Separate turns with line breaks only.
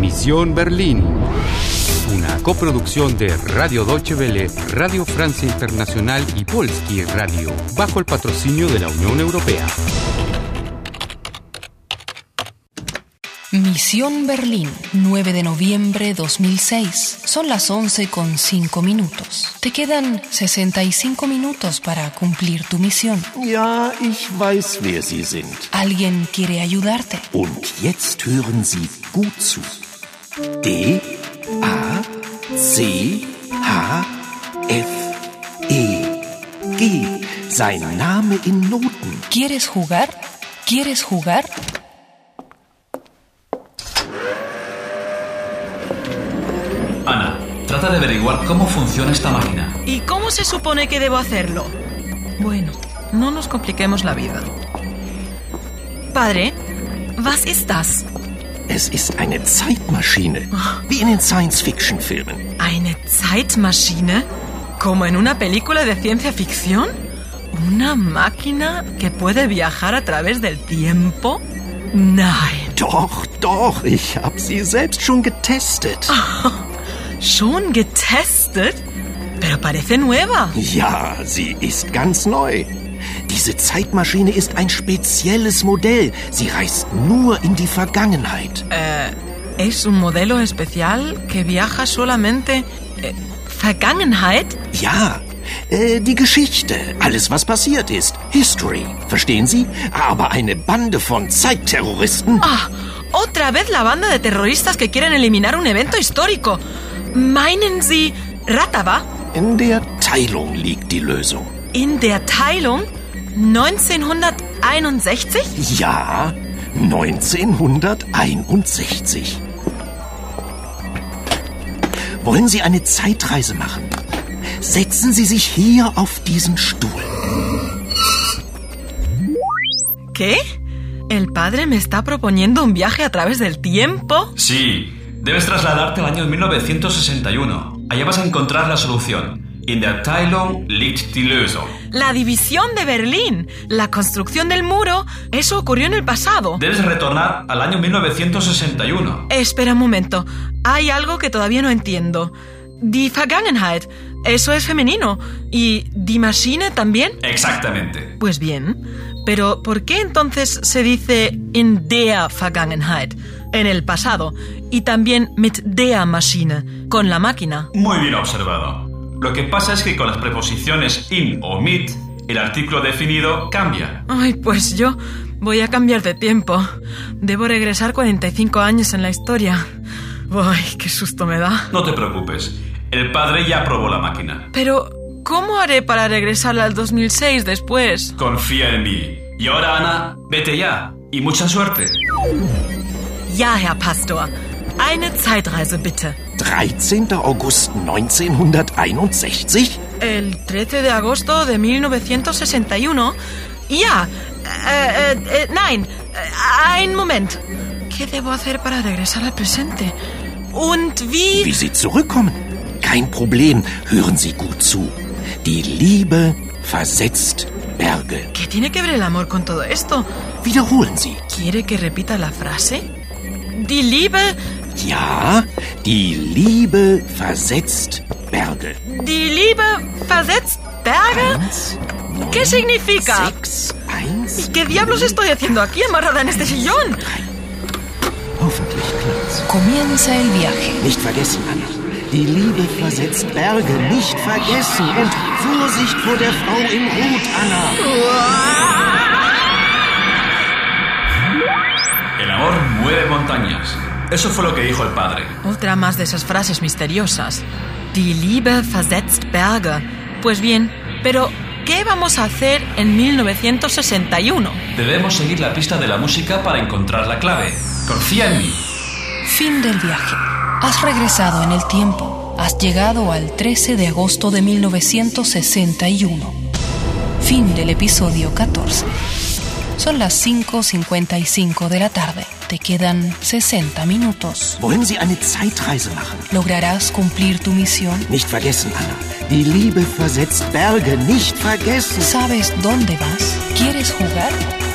Misión Berlín. Una coproducción de Radio Deutsche Welle, Radio Francia Internacional y Polski Radio, bajo el patrocinio de la Unión Europea.
Misión Berlín, 9 de noviembre 2006. Son las 11 con 5 minutos. Te quedan 65 minutos para cumplir tu misión.
Ja, ich weiß, wer Sie sind.
Alguien quiere ayudarte.
Und jetzt hören Sie gut zu. D, A, C, H, F, E, G. Sein Name in Noten.
¿Quieres jugar? ¿Quieres jugar?
Ana, trata de averiguar cómo funciona esta máquina.
¿Y cómo se supone que debo hacerlo? Bueno, no nos compliquemos la vida. Padre, was ist das?
Es ist eine Zeitmaschine. Wie in den Science-Fiction-Filmen.
¿Eine Zeitmaschine? ¿Como en una película de ciencia ficción? ¿Una máquina que puede viajar a través del tiempo? Nein.
Doch, doch, ich habe sie selbst schon getestet.
¿Schon getestet? Pero parece nueva.
Ja, sie ist ganz neu. Diese Zeitmaschine ist ein spezielles Modell. Sie reist nur in die Vergangenheit. Äh,
Es un modelo especial que viaja solamente... eh, ¿Vergangenheit?
Ja, äh, die Geschichte, alles was passiert ist, History, verstehen Sie? Aber eine Bande von Zeitterroristen.
Ah, otra vez la banda de terroristas que quieren eliminar un evento histórico. Meinen Sie Ratava?
In der Teilung liegt die Lösung.
In der Teilung 1961?
Ja, 1961. Wollen Sie eine Zeitreise machen? Setzen Sie sich hier auf diesen Stuhl.
¿Qué? ¿El padre me está proponiendo un viaje a través del tiempo?
Sí, debes trasladarte al año 1961. Allá vas a encontrar la solución. In der Teilung liegt die Lösung.
La división de Berlín, la construcción del muro, eso ocurrió en el pasado.
Debes retornar al año 1961.
Espera un momento, hay algo que todavía no entiendo. Die Vergangenheit, eso es femenino. ¿Y die Maschine también?
Exactamente.
Pues bien, pero ¿por qué entonces se dice in der Vergangenheit, en el pasado, y también mit der Maschine, con la máquina?
Muy bien observado. Lo que pasa es que con las preposiciones in o mit, el artículo definido cambia.
Ay, pues yo voy a cambiar de tiempo. Debo regresar 45 años en la historia. Ay, qué susto me da.
No te preocupes, el padre ya probó la máquina.
Pero, ¿cómo haré para regresar al 2006 después?
Confía en mí. Y ahora, Ana, vete ya. Y mucha suerte.
Ja, Herr Pastor. Eine Zeitreise bitte.
13. August 1961?
El 13 de agosto de 1961. Ja, äh, äh, äh, nein, äh, ein Moment. ¿Qué debo hacer para regresar al presente? Und wie?
Wie Sie zurückkommen? Kein Problem, hören Sie gut zu. Die Liebe versetzt Berge.
¿Qué tiene que ver el amor con todo esto?
Wiederholen Sie.
¿Quiere que repita la frase? Die Liebe,
Ja, die Liebe versetzt Berge.
die Liebe versetzt Berge.
Eins, neun,
¿Qué significa?
Sechs, eins.
¿Qué diablos estoy haciendo aquí amarrada en este sillón?
Hoffentlich klappt's.
Comienza el viaje.
Nicht vergessen, Anna. Die Liebe versetzt Berge. Nicht vergessen. Und Vorsicht vor der Frau im Rot, Anna.
El amor mueve montañas. Eso fue lo que dijo el padre.
Otra más de esas frases misteriosas. Die Liebe versetzt Berge. Pues bien, pero ¿qué vamos a hacer en 1961?
Debemos seguir la pista de la música para encontrar la clave. Confía en mí.
Fin del viaje. Has regresado en el tiempo. Has llegado al 13 de agosto de 1961. Fin del episodio 14. Son las 5.55 de la tarde. Te quedan 60 minutos.
Wollen Sie eine Zeitreise machen?
¿Lograrás cumplir tu misión?
Nicht vergessen, Anna. Die Liebe versetzt Berge. Nicht vergessen.
¿Sabes dónde vas? ¿Quieres jugar?